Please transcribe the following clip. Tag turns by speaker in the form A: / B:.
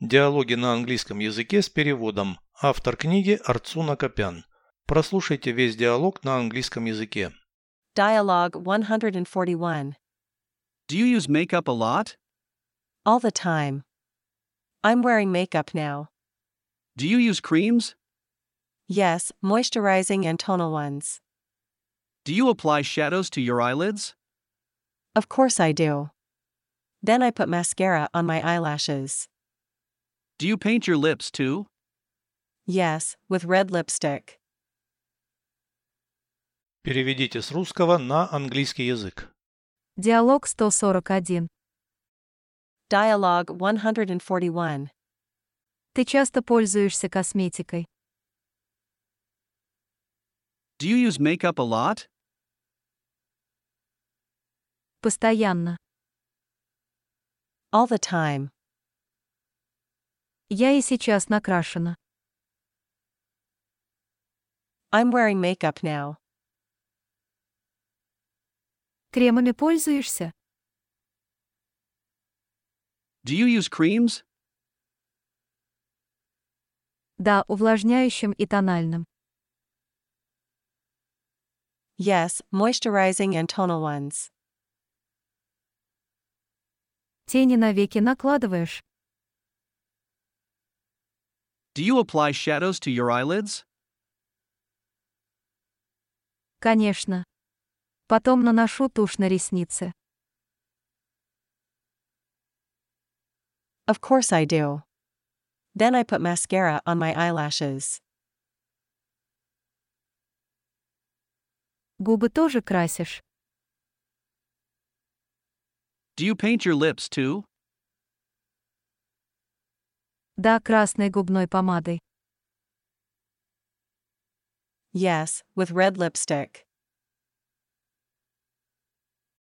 A: Диалоги на английском языке с переводом. Автор книги Арцуна Копян. Прослушайте весь диалог на английском языке.
B: Dialogue 141.
C: Do you use makeup a lot?
B: All the time. I'm wearing makeup now.
C: Do you use creams?
B: Yes, moisturizing and tonal ones.
C: Do you apply shadows to your eyelids?
B: Of course I do. Then I put mascara on my eyelashes.
C: Do you paint your lips too?
B: Yes, with red lipstick.
A: Переведите с русского на английский язык.
D: Диалог 141.
B: Dialogue 141.
D: Ты часто пользуешься косметикой.
C: Do you use makeup a lot?
D: Постоянно.
B: All the time.
D: Я и сейчас накрашена.
B: I'm wearing makeup now.
D: Кремами пользуешься?
C: Do you use creams?
D: Да, увлажняющим и тональным.
B: Yes, moisturizing and tonal ones.
D: Тени навеки накладываешь.
C: Do you apply shadows to your eyelids?
D: Конечно. Потом наношу тушь на ресницы.
B: Of course I do. Then I put mascara on my eyelashes.
D: Губы тоже красишь.
C: Do you paint your lips too?
D: Да, красной губной помадой.
B: Yes, with red lipstick.